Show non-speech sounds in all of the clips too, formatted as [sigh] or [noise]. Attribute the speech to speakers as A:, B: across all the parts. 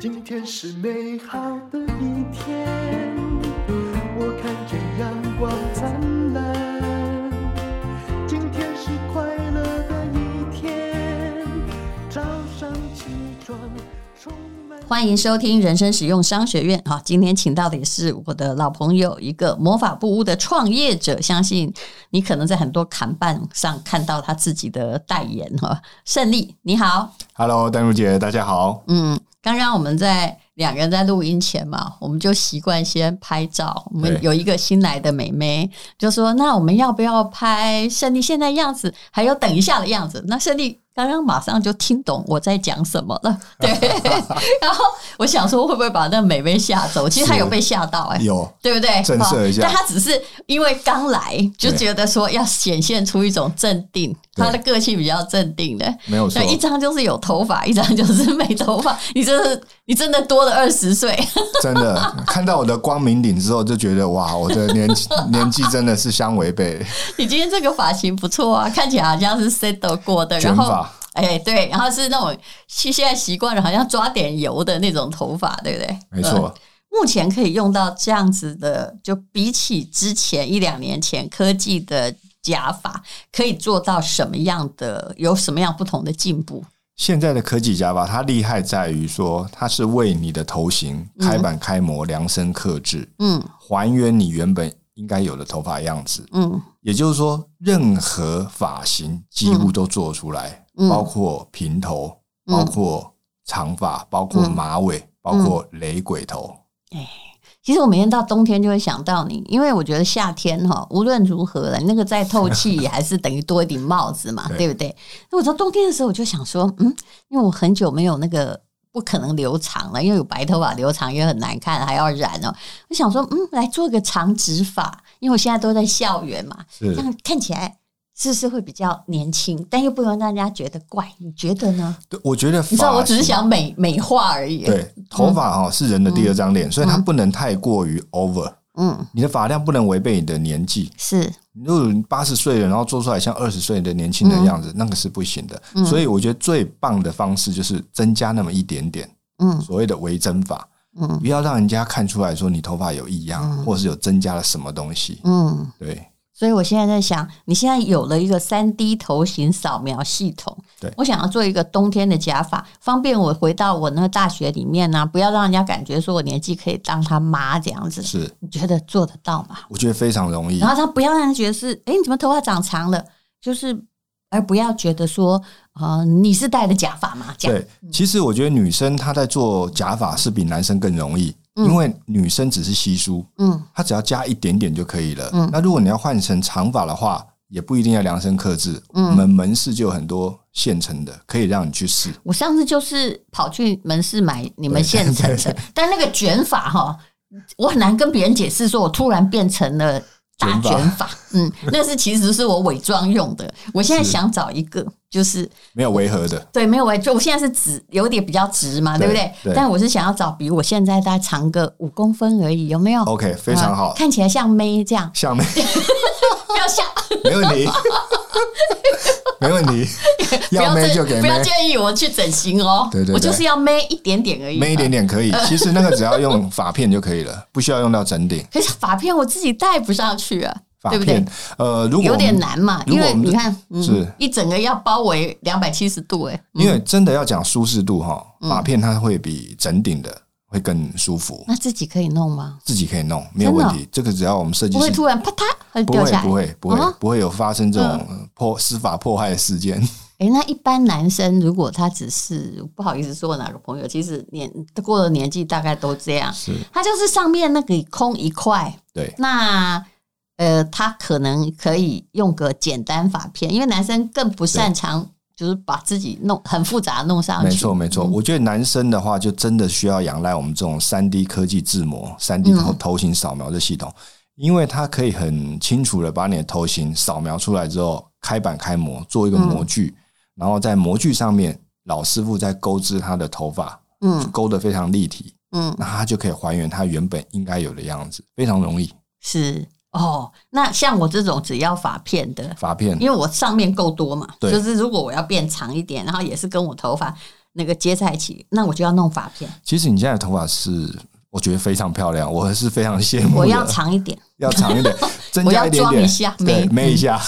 A: 今天是美好的一天，我看见阳光灿烂。今天是快乐的一天，早上起床充满。
B: 欢迎收听人生实用商学院。好，今天请到的也是我的老朋友，一个魔法布屋的创业者。相信你可能在很多砍板上看到他自己的代言哈。胜利，你好，
C: Hello，丹如姐，大家好。
B: 嗯，刚刚我们在两个人在录音前嘛，我们就习惯先拍照。我们
C: 对
B: 有一个新来的美眉就说：“那我们要不要拍胜利现在样子，还有等一下的样子？”那胜利刚刚马上就听懂我在讲什么
C: [laughs]
B: 了，对。然后我想说，会不会把那美眉吓走？其实她有被吓到、哎，
C: 有
B: 对不对？
C: 震慑一下
B: 哦但他只是因为刚来，就
C: 对
B: 觉得说要显现出一种镇定，
C: 对
B: 他的个性比较镇定的。
C: 没有错
B: 对，？一张就是有头发， [laughs] 一张就是没头发。你真的，你真的多了二十岁。
C: [laughs]
B: [laughs]
C: 真的看到我的光明顶之后，就觉得哇，我的
B: [laughs]
C: 年纪年纪真的是相违背。
B: 你今天这个发型不错啊，看起来好像是 set 过的，然
C: [laughs] 卷
B: 后
C: 发，
B: 哎、对，然后是那种现现在习惯了，好像抓点油的那种头发，对不对？
C: 没错
B: 嗯。目前可以用到这样子的，就比起之前一两年前科技的假发，可以做到什么样的？有什么样不同的进步？
C: 现在的科技假发，它厉害在于说，它是为你的头型开板开模量身刻制，
B: 嗯
C: 还原你原本应该有的头发样子。
B: 嗯
C: 也就是说，任何发型几乎都做出来，
B: 嗯
C: 包括平头，
B: 嗯
C: 包括长发，包括
B: 嗯
C: 马尾，包括雷鬼头。
B: 其实我每天到冬天就会想到你，因为我觉得夏天哈，无论如何了，那个再透
C: [laughs]
B: 气也还是等于多一顶帽子嘛，
C: 对
B: 对不对？那我到冬天的时候，我就想说，嗯，因为我很久没有那个不可能留长了，因为有白头发留长也很难看，还要染哦。我想说，嗯，来做个长直发，因为我现在都在校园嘛，
C: 是
B: 这样看起来是不是会比较年轻，但又不能让大家觉得怪？你觉得呢？
C: 对，我觉得
B: 你知道，
C: 发
B: 我只是
C: 型
B: 想嗯美美化而已。，
C: 对头发哈、是人的第二张脸，所以它不能太过于 over。
B: 嗯，
C: 你的发量不能违背你的年纪。
B: 是，
C: 如果八十岁了，然后做出来像二十岁的年轻
B: 嗯
C: 人样子，那个是不行的。所以我觉得最棒的方式就是增加那么一点点，
B: 嗯
C: 所谓的微增法，
B: 嗯
C: 不要让人家看出来说你头发有异样，或是有增加了什么东西。
B: 嗯。
C: 对，
B: 所以我现在在想，你现在有了一个三 D 头型扫描系统，
C: 对
B: 我想要做一个冬天的假发，方便我回到我那个大学里面啊呢、不要让人家感觉说我年纪可以当他妈这样子。
C: 是嗯
B: 你觉得做得到吗？
C: 我觉得非常容易
B: 然。后他不要让人觉得是，哎，你怎么头发长长了？就是，而不要觉得说，呃，你是戴的假发吗？这样
C: 对，其实我觉得女生她在做假发是比男生更容易，因为女生只是稀疏，
B: 嗯
C: 它只要加一点点就可以了。那如果你要换成长发的话，也不一定要量身刻制。
B: 嗯
C: 我们门市就有很多现成的，可以让你去试。
B: 我上次就是跑去门市买你们
C: 对
B: 现成的，但那个卷发哈，我很难跟别人解释，说我突然变成了大
C: 卷发
B: 卷发，嗯，那是其实是我伪装用的。我现在想找一个，就是
C: 没有违和的，
B: 对，没有我就我现在是直，有点比较直嘛，对不对
C: 对？对
B: 但我是想要找比我现在大概长个五公分而已，有没有
C: OK，非哦常好，
B: 啊看起来像妹这样 [laughs]
C: 下面
B: 不要像，
C: 没问
B: [laughs]
C: 题，没问题，要
B: 不
C: 妹
B: 建
C: 就给
B: 不
C: 妹
B: 要，建议我去整形哦，
C: 对对对
B: 我就是要妹一点点而已，
C: 妹一点点可
B: [laughs]
C: 以。其实那个只要用发片就可以了，不需要用到整顶
B: 可是发片我自己戴不上去啊，
C: 发
B: 对不对
C: 片？。呃，如果
B: 有
C: 我
B: 点
C: 们
B: 难嘛，
C: 如
B: 因
C: 果
B: 为
C: 我们
B: 你看，嗯、
C: 是
B: 一整个要包围两百七十度、哎，
C: 因为真的要讲舒适度哈，
B: 嗯
C: 发片它会比整顶的会更舒服，
B: 那自己可以弄吗？
C: 自己可以弄，没有问题。这个只要我们设计
B: 哦不会
C: 师
B: 突然啪嗒它就
C: 不
B: 掉
C: 会
B: 下来？
C: 不会不会、
B: 啊嗯
C: 不会有发生这种呃破司法迫害的事件。
B: 哎、那一般男生如果他只是不好意思说我哪个朋友，其实年过了年纪大概都这样，
C: 是
B: 他就是上面那个空一块，
C: 对，
B: 那呃，他可能可以用个简单发片，因为男生更不擅长就是把自己弄很复杂地弄上去，嗯
C: 没错没错。我觉得男生的话，就真的需要仰赖我们这种三 D 科技制模、三
B: 嗯
C: D 头头型扫描的系统，因为它可以很清楚的把你的头型扫描出来之后，开板开模做一个
B: 嗯
C: 模具，然后在模具上面，老师傅再钩织他的头发，
B: 嗯
C: 钩得非常立体，
B: 嗯。
C: 那他就可以还原他原本应该有的样子，非常容易。
B: 是哦，那像我这种只要发片的，
C: 发片
B: 因为我上面够多嘛，
C: 对
B: 就是如果我要变长一点，然后也是跟我头发那个接在一起，那我就要弄发片，
C: 其实你现在的头发是，我觉得非常漂亮，我是非常羡慕的。
B: 我要长一点，
C: [laughs] 要长
B: [laughs]
C: 一点，增
B: 我要
C: 加一点
B: 装
C: 点，
B: 一下
C: 对，
B: 眉
C: 没
B: [laughs]
C: 一下，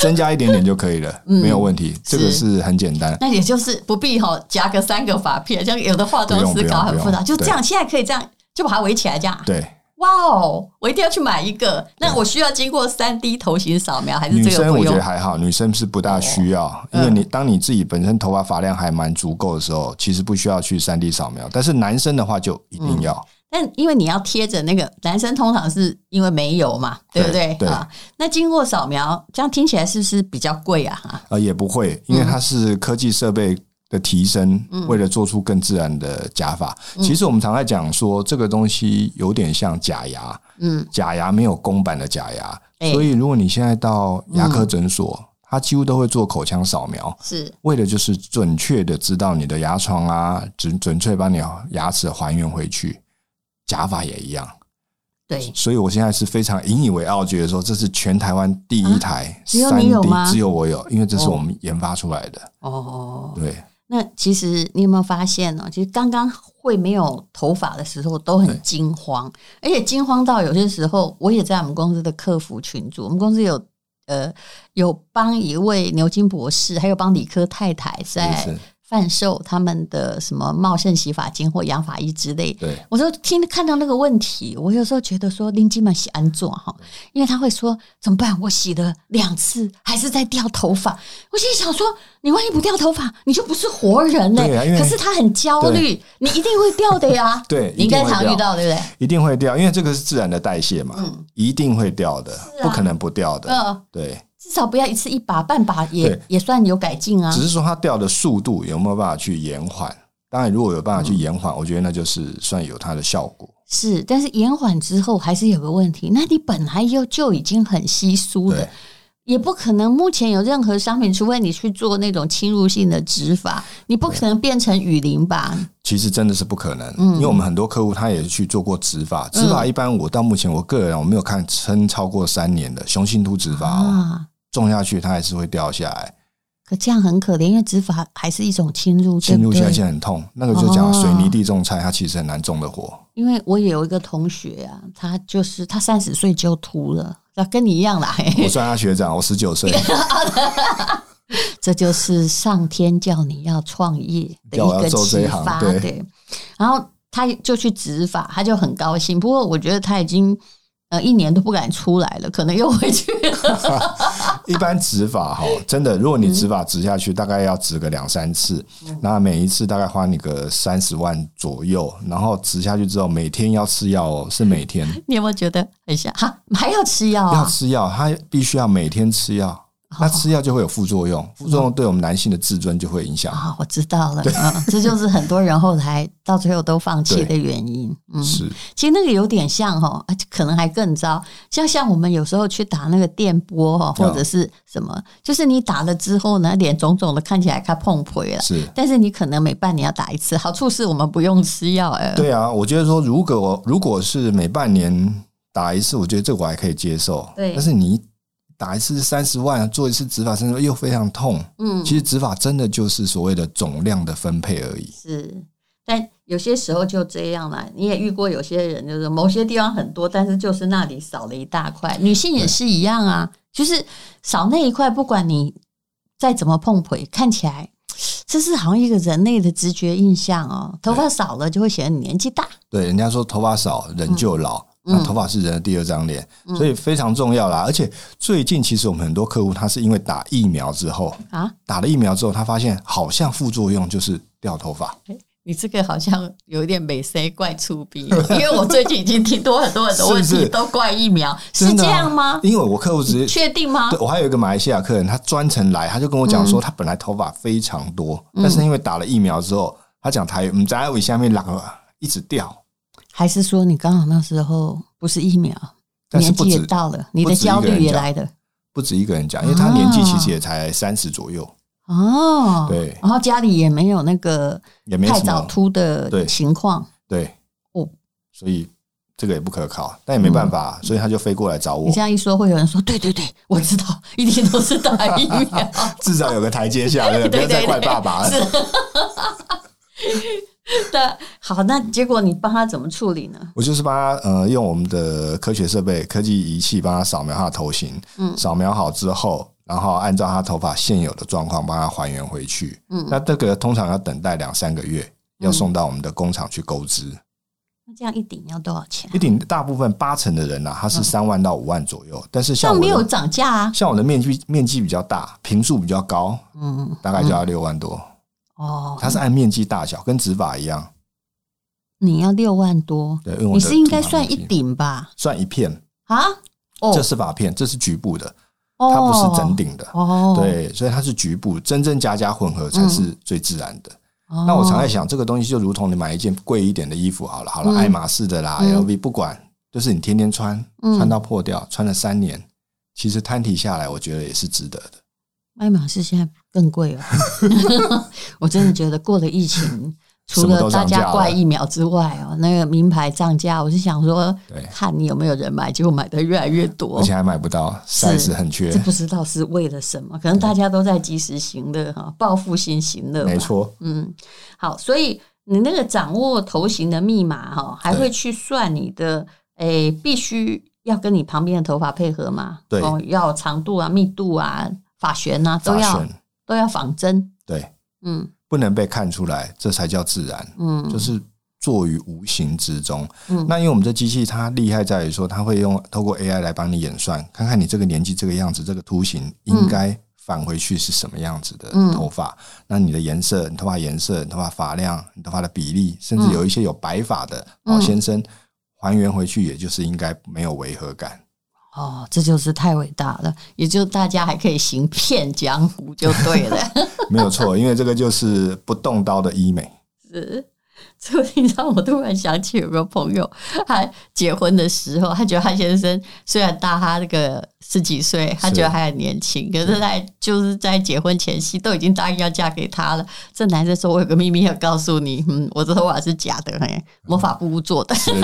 C: 增加一点点就可以了，
B: 嗯
C: 没有问题。这个是很简单，
B: 那也就是不必哈、夹个三个发片，像有的化妆
C: 不
B: 师
C: 用
B: 搞很复杂，
C: 不用
B: 就
C: 不用
B: 这样，现在可以这样，就把它围起来这样。
C: 对。
B: 哇哦，我一定要去买一个。那我需要经过三 D 头型扫描，还是
C: 女
B: 这个
C: 生
B: 不
C: 我觉
B: 用嗯
C: 得？还好，女生是不大需要，因为你当你自己本身头发发量还蛮足够的时候，其实不需要去三 D 扫描。但是男生的话就一
B: 嗯
C: 定要，
B: 但因为你要贴着那个男生，通常是因为没有嘛，对不
C: 对
B: 对
C: 对
B: 啊？那经过扫描，这样听起来是不是比较贵啊？哈，
C: 呃，也不会，因为它是科技设备的提升，为了做出更自然的假发。其实我们常在讲说，这个东西有点像假牙，
B: 嗯，
C: 假牙没有公版的假牙，
B: 哎
C: 所以如果你现在到牙科诊所，它几乎都会做口腔扫描，
B: 是
C: 为的就是准确的知道你的牙床啊，准准确把你的牙齿还原回去。假发也一样，
B: 对，
C: 所以我现在是非常引以为傲，觉得说这是全台湾第一台
B: 啊只有
C: 三
B: 你有
C: D，、
B: 吗
C: 只有我有，因为这是
B: 哦
C: 我们研发出来的。
B: 哦。
C: 对，
B: 那其实你有没有发现呢、其实刚刚会没有头发的时候都
C: 对
B: 很惊慌，而且惊慌到有些时候，我也在我们公司的客服群组，我们公司有呃有帮一位牛津博士，还有帮理科太太
C: 是
B: 在
C: 是
B: 贩售他们的什么茂盛洗发精或养发衣之类。
C: 对，
B: 我就听看到那个问题，我有时候觉得说林基满洗安坐哈，因为他会说怎么办？我洗了两次还是在掉头发，我心里想说，你万一不掉头发，你就不是活人嘞、
C: 对啊因为。
B: 可是他很焦虑，你一定会掉的呀
C: [laughs] 对
B: 你应
C: 一
B: 该
C: 定会
B: 常
C: 掉
B: 遇到，对不对？
C: 一定会掉，因为这个是自然的代谢嘛，一定会掉的，不可能不掉的。
B: 啊嗯
C: 对，
B: 至少不要一次一把半把也
C: 对
B: 也算有改进啊
C: 只。是说它掉的速度有没有办法去延缓。当然，如果有办法去延
B: 嗯
C: 缓，我觉得那就是算有它的效果。
B: 是，但是延缓之后还是有个问题，那你本来又就已经很稀疏的
C: 对，
B: 也不可能目前有任何商品，除非你去做那种侵入性的植发，你不可能变成雨林吧？
C: 其实真的是不可能，
B: 嗯
C: 因为我们很多客户他也去做过植发，植发一般我到目前我个人我没有看撑超过三年的雄性秃植发、哦，
B: 啊，
C: 种下去它还是会掉下来，
B: 可这样很可怜，因为植发还是一种侵入，
C: 侵入
B: 对不
C: 下来
B: 对
C: 现在很痛。那个就讲
B: 哦
C: 水泥地种菜，它其实很难种得活。
B: [laughs] 因为我也有一个同学啊，他就是他三十岁就秃了，那跟你一样啦。嘿
C: 我算他学长，我十
B: [laughs]
C: 九岁，
B: 这就是上天叫你要创业的
C: 叫我
B: 一
C: 要
B: 个
C: 做这
B: 启
C: 一行
B: 发，
C: 对
B: 然后他就去执法，他就很高兴。不过我觉得他已经呃一年都不敢出来了，可能又回去了。
C: 一般植发哈，真的，如果你植发植下
B: 嗯
C: 去，大概要植个两三次，那每一次大概花你个三十万左右，然后植下去之后，每天要吃药哦，是
B: [laughs]
C: 每天
B: 你有没有觉得很像？哈，还要吃药
C: 要
B: 啊？
C: 吃药，他必须要每天吃药。
B: 哦
C: 那吃药就会有副作用，副作用对我们男性的自尊就会影响。
B: 啊、我知道了，嗯，这就是很多人后来到最后都放弃的原因。嗯，
C: 是，
B: 其实那个有点像哈，啊可能还更糟。像像我们有时候去打那个电波
C: 啊
B: 哈，或者是什么，就是你打了之后呢，脸肿肿的，看起来它碰回了。
C: 是，
B: 但是你可能每半年要打一次。好处是我们不用吃药，哎，
C: 对啊。我觉得说，如果如果是每半年打一次，我觉得这个我还可以接受。
B: 对
C: 但是你打一次三十万，做一次植发三十万又非常痛。
B: 嗯，
C: 其实植发真的就是所谓的总量的分配而已。
B: 是。但有些时候就这样啦，你也遇过有些人，就是某些地方很多，但是就是那里少了一大块。女性也是一样啊，就是少那一块，不管你再怎么碰腿，看起来这是好像一个人类的直觉印象哦。头发少了就会显得你年纪大，
C: 对，人家说头发少人就老，
B: 嗯
C: 那头发是人的第二张脸，所以非常重要啦。而且最近其实我们很多客户他是因为打疫苗之后
B: 啊，
C: 打了疫苗之后，他发现好像副作用就是掉头发，
B: 你这个好像有一点美谁怪粗 [laughs] 鄙，因为我最近已经听多很多很多问
C: 是不
B: 题
C: 是
B: 都怪疫苗，是
C: 真的
B: 这
C: 啊
B: 样吗？
C: 因为我客户直接。
B: 确定吗
C: 对，？我还有一个马来西亚客人，他专程来，他就跟我讲说，他本来头发非常多，
B: 嗯
C: 但是因为打了疫苗之后，他讲台语，嗯，在尾下面染了一直掉，
B: 还是说你刚好那时候不是疫苗，
C: 但是
B: 年
C: 不
B: 纪
C: 止
B: 也到了，你的
C: 不止一
B: 焦
C: 个人
B: 虑也
C: 讲
B: 来的
C: 不止一个人讲，因为他年纪其实也才三十左右，
B: 哦。
C: 对
B: 然后家里也没有那个
C: 也没
B: 太
C: 什
B: 早
C: 么
B: 秃的
C: 对
B: 情况，
C: 对，
B: 哦嗯
C: 所以这个也不可靠，但也没办法，所以他就飞过来找
B: 你
C: 我
B: 这，样一说，会有人说：“对对对，我知道，一定都是打疫苗。
C: 至少有个台阶
B: [laughs]
C: 下，对不对？不要再怪爸爸了。 [laughs]
B: 对，好，那结果你帮他怎么处理呢？
C: 我就是帮他呃用我们的科学设备、科技仪器帮他扫描他的头型，
B: 嗯
C: 扫描好之后，然后按照他头发现有的状况帮他还原回去。
B: 嗯
C: 那这个通常要等待两三个月，要送到我们的工厂去钩织。
B: 那这样一顶要多少钱啊？
C: 一顶大部分八成的人呐、啊，他是三万到五万左右，但是
B: 这
C: 像
B: 样嗯
C: 我
B: 没有
C: 的
B: 涨价啊。
C: 像我的面积面积比较大，平数比较高，
B: 嗯，
C: 大概就要六万多。
B: 哦，
C: 它是按面积大小，跟指法一样。
B: 你要六万多，
C: 对，因为
B: 你是应该算一，顶吧？
C: 算一片，
B: 啊？哦，
C: 这是发片，这是局部的，
B: 哦
C: 它不是整。顶的。
B: 哦，，嗯
C: 对，所以它是局部，真真假假混合才是最自然的。
B: 那
C: 那我常在想，这个东西就如同你买一件贵一点的衣服好了，好了，
B: 嗯
C: 爱马仕的啦、
B: 嗯
C: l v 不管，就是你天天穿，
B: 嗯
C: 穿到破掉，穿了三年，其实摊提下来，我觉得也是值得的。
B: 爱马仕现在更贵
C: [laughs]
B: 了， [laughs] 我真的觉得过了疫情，除
C: 什么
B: 了
C: 都
B: 大
C: 涨价了
B: 家怪疫苗之外哦，那个名牌涨价，我是想说
C: 对，
B: 看你有没有人买，结果买的越来越多
C: 而。且还买不到，size 很缺
B: 哦这，不知道是为了什么，可能大家都在及时行乐哈，报复性行乐。
C: 没，错。
B: 嗯，好，所以你那个掌握头型的密码哈，还
C: 对
B: 会去算你的诶，必须要跟你旁边的头发配合嘛？
C: 对
B: 哦，要长度啊、密度啊、发旋啊，都
C: 发
B: 要
C: 旋，
B: 都要仿真。
C: 对，
B: 嗯
C: 不能被看出来，这才叫自然。
B: 嗯，
C: 就是做于无形之中。
B: 嗯
C: 那因为我们这机器它厉害在于说，它会用透过 AI 来帮你演算，看看你这个年纪、这个样子、这个图形应该返回去是什么样子的
B: 嗯
C: 头发。那你的颜色、你头发颜色、你头发发量、你头发的比例，甚
B: 嗯
C: 至有一些有白发的老先生，还原回去也就是应该没有违和感。
B: 哦，这就是太伟大了，也就大家还可以行骗江湖就对 [laughs] 了。
C: 没有错，因为这个就是不动刀的医美。 [laughs]
B: 是，所以你让我突然想起有个朋友，他结婚的时候，他觉得他先生虽然大他那个十几岁，他
C: 是
B: 觉得还很年轻，可是在就是在结婚前夕都已经答应要嫁给他了。这男生说：“我有个秘密要告诉你，嗯，我的头发是假的，嘿，魔法布做的，
C: 对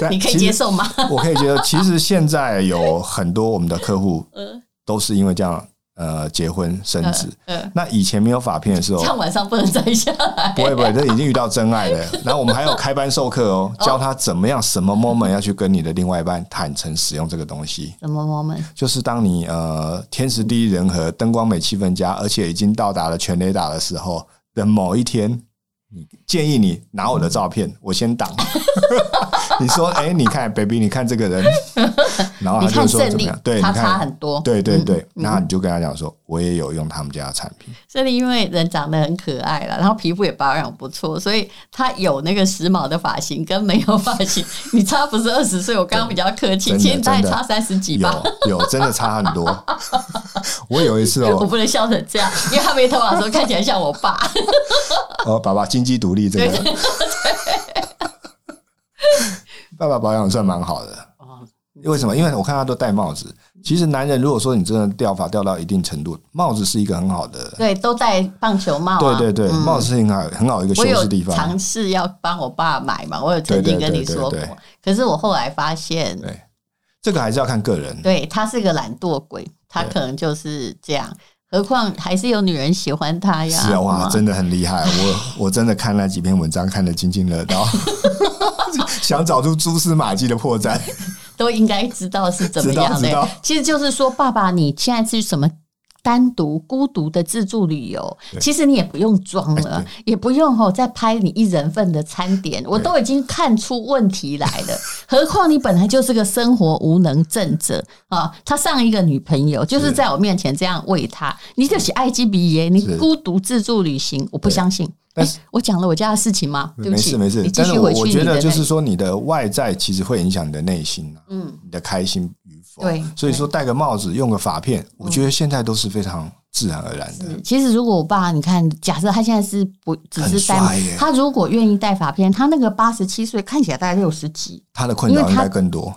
C: 但
B: [laughs] 你可以
C: 其实
B: 接受吗
C: [laughs] 我可以觉得，其实现在有很多我们的客户
B: [laughs] 嗯，
C: 都是因为这样呃结婚生子。
B: 嗯，
C: 那以前没有法片的时候
B: [laughs] 这，样晚上不能摘下来。
C: 不会不会，这已经遇到真
B: [laughs]
C: 爱了。然后我们还有开班授课哦，教他怎么样什
B: 哦
C: 么 moment 要去跟你的另外一半坦诚使用这个东西。
B: 什么 moment？
C: 就是当你呃天时地利人和，灯光美气氛佳，而且已经到达了全雷达的时候的某一天，你建议你拿我的照片，我
B: [laughs]
C: 先挡。你说，哎、你看，baby，你看
B: [laughs]
C: 这个人，然后
B: 你
C: 他
B: 看
C: 啊就说
B: 胜
C: 怎么
B: 利
C: 样？对，，你
B: 他差
C: 看，
B: 很多。
C: 对对对，
B: 嗯
C: 然后你就跟他讲说，我也有用他们家的产品，
B: 这里因为人长得很可爱了， [laughs] 然后皮肤也保养不错，所以他有那个时髦的发型跟没有发型，
C: [laughs]
B: 你差不是二十岁，我刚刚比较客气，
C: 真的
B: 其实大概
C: 真的
B: 差三十几吧。
C: 有有真的差很多。
B: [laughs]
C: 我有一次
B: 我
C: 哦，
B: 不能笑成这样，因为他没头发的时候看起来像我
C: [laughs]
B: 爸，
C: 哦，爸爸经济独立这
B: 对
C: 个， [laughs] 爸爸保养算蛮好的。
B: 哦
C: 为什么？因为我看他都戴帽子。其实男人如果说你真的掉发掉到一定程度，帽子是一个很好的，
B: 对，都戴棒球帽、啊。
C: 对对对，
B: 嗯
C: 帽子是很好很好一个修
B: 我有
C: 饰地方
B: 尝。试要帮我爸买嘛，我有曾经跟你说过
C: 对对对对对，
B: 可是我后来发现，
C: 对，这个还是要看个人。
B: 对他是个懒惰鬼，他
C: 对
B: 可能就是这样。何况还是有女人喜欢他呀。
C: 是啊，哇，
B: 嗯
C: 真的很厉害！我我真的看那几篇文章看得津津乐道， [laughs] 想找出蛛丝马迹的破绽。
B: [laughs] 都应该知道是怎么样
C: 知道
B: 的
C: 知道。
B: 其实就是说，爸爸，你现在是什么？单独孤独的自助旅游，
C: 对
B: 其实你也不用装了
C: 哎，
B: 也不用哦再拍你一人份的餐点，我都已经看出问题来
C: [laughs]
B: 了。何况你本来就是个生活无能症者啊！他上一个女朋友就是
C: 是
B: 在我面前这样喂他，你就是爱基比耶，你
C: 是
B: 孤独自助旅行，我不
C: 对
B: 相信。
C: 但
B: 哎
C: 是
B: 我讲了我家的事情吗？对不
C: 没
B: 起，
C: 事没事
B: 你，继
C: 但
B: 续
C: 是我
B: 回去
C: 我
B: 你
C: 觉
B: 的
C: 得
B: 那
C: 就是说，你的外在其实会影响你的内心啊、
B: 嗯。
C: 你的开心与否。啊
B: 对嗯
C: 所以说戴个帽子，用个发片，我觉得现在都是非常自然而然的。
B: 其实，如果我爸，你看，假设他现在是不只是戴
C: 很帅耶，
B: 他如果愿意戴发片，他那个八十七岁看起来大概六十几。
C: 他的困扰应该更多。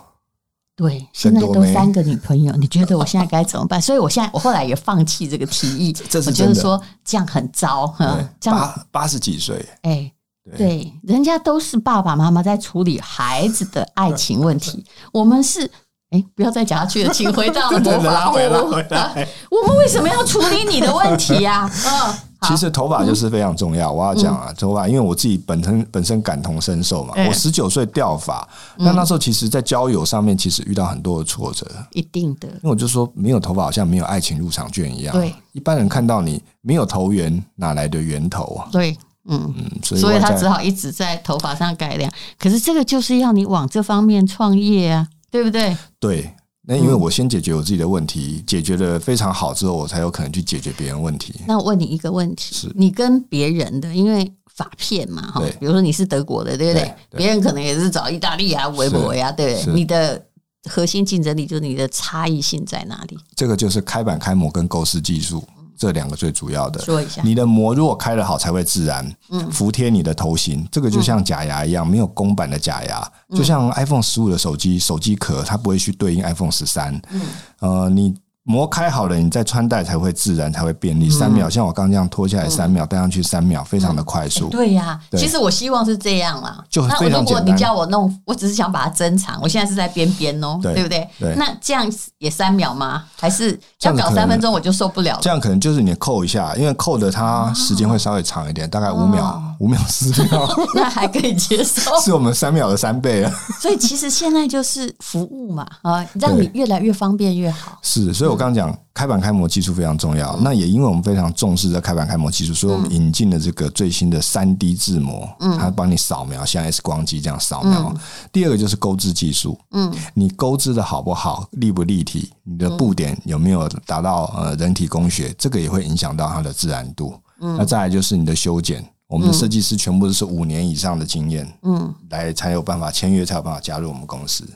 B: 对，现
C: 更
B: 在
C: 多
B: 都
C: 妹
B: 三个女朋友，你觉得我现在该怎么 [laughs] 办？所以我现在我后来也放弃这个提议，
C: 这是
B: 我觉
C: 真
B: 得
C: 的
B: 呃说这样很糟，
C: 对
B: 哈，这样
C: 八八十几岁，
B: 哎，对，人家都是爸爸妈妈在处理孩子的爱情问
C: [laughs]
B: 题，我们是。哎，不要再讲下去了，请回到
C: 对
B: 魔
C: 拉
B: 法屋
C: 回拉回。
B: 啊
C: 来。
B: 我们为 [laughs] 什么要处理你的问题
C: [laughs]
B: 呀、嗯，好
C: 其实头发就是非常重要，我要讲啊，头发，因为我自己本身本身感同身受嘛。
B: 嗯
C: 我十九岁掉发，那那时候其实，在交友上面其实遇到很多的挫折，
B: 一定的，
C: 因为我就说没有头发好像没有爱情入场券一样。
B: 对，
C: 一般人看到你没有头源，哪来的源头啊？
B: 对，嗯，
C: 嗯，所以
B: 所
C: 我
B: 以他
C: 在
B: 只好一直在头发上改良。可是这个就是要你往这方面创业啊，对不对？
C: 对。那因为
B: 嗯
C: 我先解决我自己的问题，解决的非常好之后，我才有可能去解决别人问题。
B: 那我问你一个问题
C: 是：
B: 你跟别人的，因为法片嘛，哈
C: 对，
B: 比如说你是德国的，对不对
C: 对？对
B: 别人可能也是找意大利啊、维博呀，对不
C: 是
B: 对？你的核心竞争力就是你的差异性在哪里？
C: 这个就是开板、开模跟构思技术这两个最主要的。
B: 说一下。嗯
C: 你的膜如果开得好，才会自然，服贴你的头型。这个就像假牙一样，没有公版的假牙，
B: 嗯
C: 就像 iPhone 十五的手机，手机壳它不会去对应 iPhone 十三。
B: 嗯
C: 呃，你膜开好了，你再穿戴才会自然，才会便利。
B: 嗯
C: 三秒，像我刚刚这样脱下来三秒，戴上去三秒，非常的快速。
B: 哦对呀、
C: 对
B: 其实我希望是这样啦。
C: 就
B: 那
C: 非常
B: 如果
C: 简
B: 你
C: 单
B: 叫我弄，我只是想把它增长，我现在是在边边哦，
C: 对
B: 不对？
C: 对
B: 那这样也三秒吗？还是要
C: 这样子
B: 搞
C: 可能
B: 三分钟我就受不了
C: 这
B: 了？
C: 样可能就是你扣一下，因为扣的它时间会稍微长一点，大概五秒、五秒、四秒， [laughs]
B: 那还可以接受。
C: 是我们三秒的三倍啊。
B: 所以其实现在就是服务嘛，啊，让你越来越方便越好。
C: 是，所以我刚刚讲开板开模技术非常重要。那也因为我们非常重视这开板开模技术，所以我们引进了这个最新的三 D 制模，它帮你扫描，像 X 光机这样扫描。第二个就是钩织技术，嗯，你钩织的好不好，立不立体，你的布点有没有达到呃人体工学，这个也会影响到它的自然度。那再来就是你的修剪。我们的设计师全部都是五年以上的经验，
B: 嗯，
C: 来才有办法签约，才有办法加入我们公司。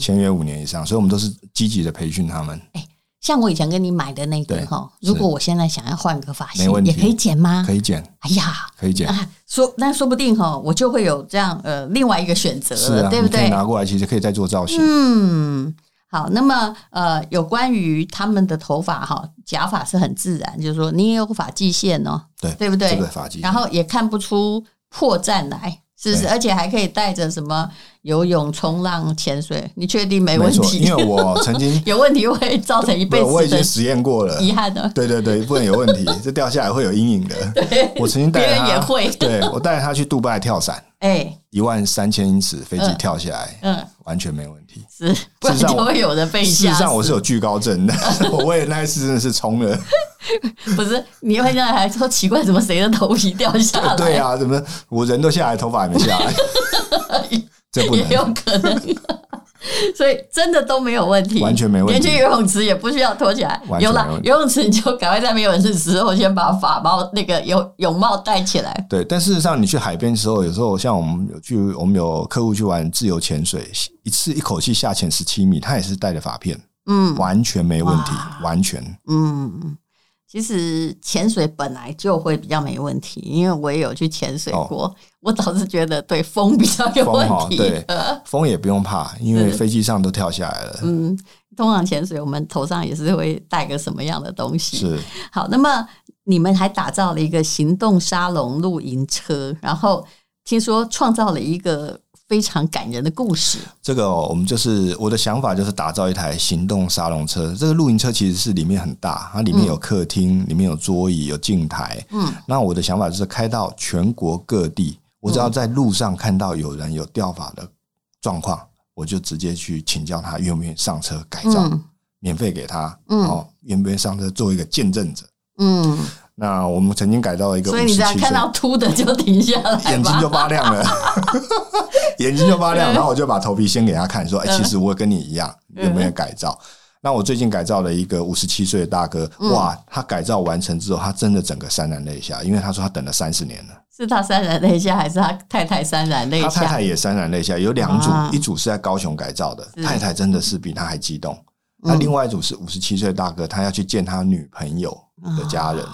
C: 签约五年以上，所以我们都是积极的培训他们。
B: 像我以前跟你买的那个
C: 对
B: 哈，
C: 是
B: 如果我现在想要换个发型
C: 没，问题
B: 也可以剪吗
C: 可？以剪，
B: 哎呀，
C: 可以剪，
B: 啊，说那说不定哈，我就会有这样呃另外一个选择
C: 是
B: 了，
C: 啊，
B: 对
C: 你
B: 不
C: 可以
B: 对？
C: 拿过来，其实可以再做造型。
B: 嗯，好，那么呃，有关于他们的头发哈，假发是很自然，就是说你也有发际线哦，
C: 对
B: 对不对？
C: 这个发际线
B: 然后也看不出破绽来，是不是？
C: 对
B: 而且还可以带着什么游泳、冲浪、潜水，你确定没
C: 没
B: 问
C: 错，
B: 题？
C: 因为我
B: [laughs]
C: 曾经
B: 有问题会造成一辈
C: 不，我
B: 子
C: 已经
B: 的
C: 实验过了。
B: 遗憾的。
C: 对对对，不能有问
B: [laughs]
C: 题，这掉下来会有阴影的。啊我曾经带
B: 别人
C: 着他
B: 也会
C: 对我带着他去杜拜跳伞，
B: 哎，
C: 一万三千英尺飞机
B: 嗯
C: 跳下来，
B: 嗯，
C: 完全没问题。
B: 是，不然
C: 事实上
B: 就
C: 我
B: 会有人被
C: 事
B: 吓
C: 实
B: 死。
C: 上我是有惧高症的， [laughs] 我为了那一次真的是冲
B: [laughs]
C: 了。
B: 不是你会让人还说奇怪，怎么谁的头皮掉下来？
C: 对啊，怎么我人都下来，头发还没下来？
B: [laughs]
C: 这不
B: 也有
C: 能，
B: 可能。所以真的都没有问题，
C: 完全没问题
B: 连去游泳池也不需要脱起来，
C: 完全
B: 有
C: 没
B: 啦
C: 问，题
B: 游泳池你就赶快在没有人的时候先把法帽那个泳泳帽戴起来。
C: 对，但事实上，你去海边的时候，有时候像我们有去，我们有客户去玩自由潜水，一次一口气下潜十七米，他也是带着发片，
B: 嗯
C: 完全没问题
B: 哇，
C: 完全
B: 嗯，其实潜水本来就会比较没问题，因为我也有去潜水过，我倒是觉得对风比较 [laughs] 有问
C: 哦风哈
B: 题。
C: 对
B: 呃
C: 风也不用怕，因为
B: 是
C: 飞机上都跳下来了，
B: 嗯，通常潜水我们头上也是会带个什么样的东西？
C: 是
B: 好，那么你们还打造了一个行动沙龙露营车，然后听说创造了一个非常感人的故事。
C: 这个哦、我们就是我的想法，就是打造一台行动沙龙车。这个露营车其实是里面很大，它里面有客厅，里面有桌椅，有镜台。
B: 嗯，
C: 那我的想法就是开到全国各地，我只要在路上看到有人有掉发的状况，我就直接去请教他愿不愿意上车改造，
B: 嗯
C: 免费给他，
B: 嗯
C: 然后愿不愿意上车做一个见证者。
B: 嗯，
C: 那我们曾经改造了一个57
B: 所以
C: 岁，
B: 你只要看到秃的就停下来
C: 眼睛
B: 吧
C: 就。发亮
B: [laughs]
C: 了，眼睛就发
B: 嗯
C: 亮，然后我就把头皮先给他看，说：“哎、其实我跟你一样，有没有改造？”那我最近改造了一个五十七岁的大哥，
B: 嗯
C: 哇，他改造完成之后，他真的整个潸然泪下，因为他说他等了三十年了，
B: 是他潸然泪下，还是他太太潸然泪
C: 他太
B: 下？
C: 太也潸然泪下，有两组
B: 啊，
C: 一组是在高雄改造的
B: 是，嗯
C: 太太真的是比他还激动。那另外一组是五十七岁的大哥，他要去见他女朋友的家人，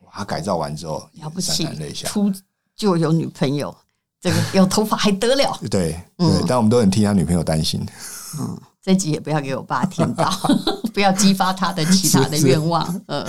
C: 哇他改造完之后也
B: 啊了不起
C: 潸然泪，下，
B: 秃就有女朋友，这个有头发还得了？
C: 对对
B: 嗯，
C: 但我们都很替他女朋友担心。
B: [laughs] 这集也不要给我爸听到，不要激发他的其他的愿望。呃，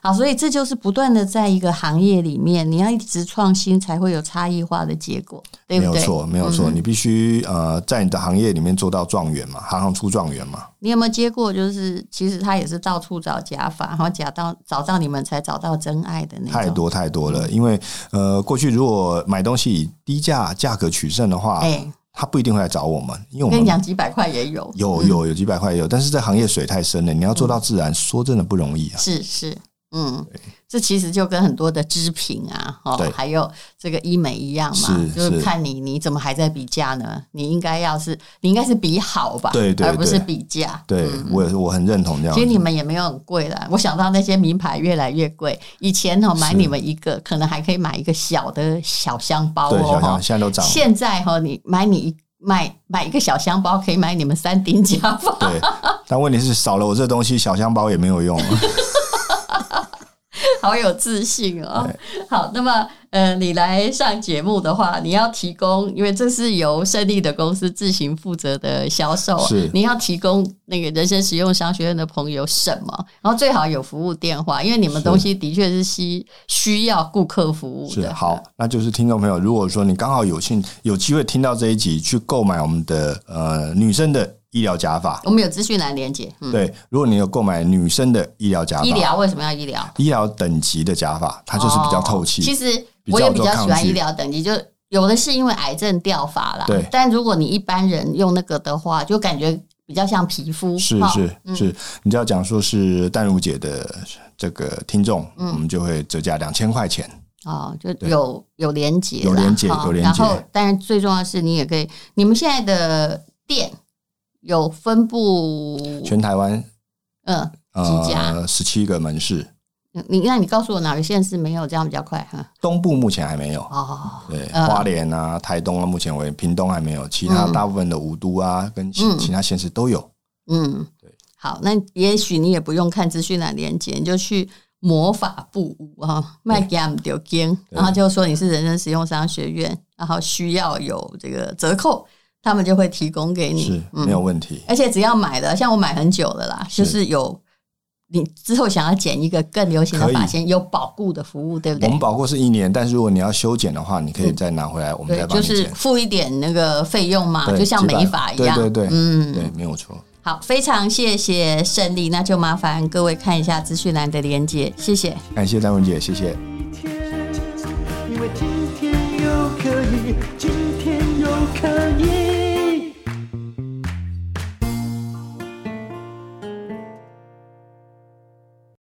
B: 好，所以这就是不断的在一个行业里面，你要一直创新，才会有差异化的结果，对嗯
C: 没
B: 不
C: 有
B: 对？
C: 错，没有错，你必须呃，在你的行业里面做到状元嘛，行行出状元嘛。
B: 你有没有接过？就是其实他也是到处找假发，然后假到找到你们才找到真爱的那种。
C: 太多太
B: 嗯
C: 多了，因为呃，过去如果买东西以低价价格取胜的话，
B: 哎、
C: 他不一定会来找我们，因为
B: 我
C: 我
B: 跟你
C: 们
B: 讲，几百块也有，
C: 有有有几百块也有，但是这行业水太深了，你要做
B: 嗯
C: 到自然，说真的不容易啊。
B: 是是，嗯，这其实就跟很多的织品啊，哦
C: 对，
B: 还有这个医美一样嘛，
C: 是
B: 就是
C: 是
B: 看你你怎么还在比价呢？你应该要是你应该是比好吧，
C: 对对
B: 而不是
C: 对
B: 比价，
C: 对
B: 嗯
C: 我也是我很认同这样
B: 其
C: 子。
B: 实你们也没有很贵啦，我想到那些名牌越来越贵，以前哦买
C: 是
B: 你们一个，可能还可以买一个小的小香包
C: 对
B: 哦，哈
C: 小强现在都涨了，
B: 现在哈、你买你一买买一个小香包，可以买你们三顶假 [laughs] 发。
C: 对，但问题是少了我这东西，小香包也没有
B: [laughs]
C: 用啊。
B: 好有自信哦。好，那么呃，你来上节目的话，你要提供，因为这是由胜利的公司自行负责的销售，啊
C: 是
B: 你要提供那个人生实用商学院的朋友什么？然后最好有服务电话，因为你们
C: 是
B: 东西的确是需需要顾客服务
C: 是
B: 的。
C: 好，那就是听众朋友，如果说你刚好有幸有机会听到这一集，去购买我们的呃女生的医疗假发。
B: 我们有资讯栏连接，嗯，
C: 对，如果你有购买女生的医疗假发，
B: 医疗为什么要医疗？
C: 医疗等级的假发，它就是比较透
B: 哦其
C: 气。
B: 实我也比较喜
C: 比较有抗
B: 欢
C: 拒
B: 医疗等级，就有的是因为癌症掉发啦。
C: 对
B: 但如果你一般人用那个的话，就感觉比较像皮肤。
C: 是
B: 哈
C: 是是，你只要讲说是淡如姐的这个听众，
B: 嗯
C: 我们就会折价两千块钱。
B: 哦，就有有连接啦，
C: 有连结
B: 哈
C: 有连
B: 然
C: 结
B: 后，但是最重要的是，你也可以，你们现在的店有分布，
C: 全台湾
B: 嗯，几家
C: 呃十七个门市，
B: 你那你告诉我哪个县市没有，这样比较快哈。
C: 东部目前还没有。
B: 哦，
C: 对，
B: 嗯
C: 花莲啊、台东啊，目前为屏东还没有，其他
B: 嗯
C: 大部分的五都啊跟其
B: 嗯
C: 其他县市都有。
B: 嗯，好，那也许你也不用看资讯栏连接，你就去魔法布屋啊，卖 gam 丢 g 然后就说你是人生实用商学院，然后需要有这个折扣，他们就会提供给
C: 是
B: 你。嗯
C: 没有问题。
B: 而且只要买了，像我买很久了啦，就是有你之后想要剪一个更流行的
C: 可以
B: 发型，有保固的服务，对不
C: 我
B: 对嗯
C: 们？保护是一年，但是如果你要修剪的话，你可以再拿回来，我们
B: 对，
C: 再帮
B: 就
C: 你
B: 是
C: 剪。
B: 付一点那个费用嘛，
C: 对
B: 就像
C: 几百
B: 美发一样。
C: 对对对
B: 嗯，
C: 对，没有错。
B: 好，非常谢谢胜利，那就麻烦各位看一下资讯栏的连接，谢谢。
C: 感谢丹文姐，谢谢。
A: 一天，因为今天又可以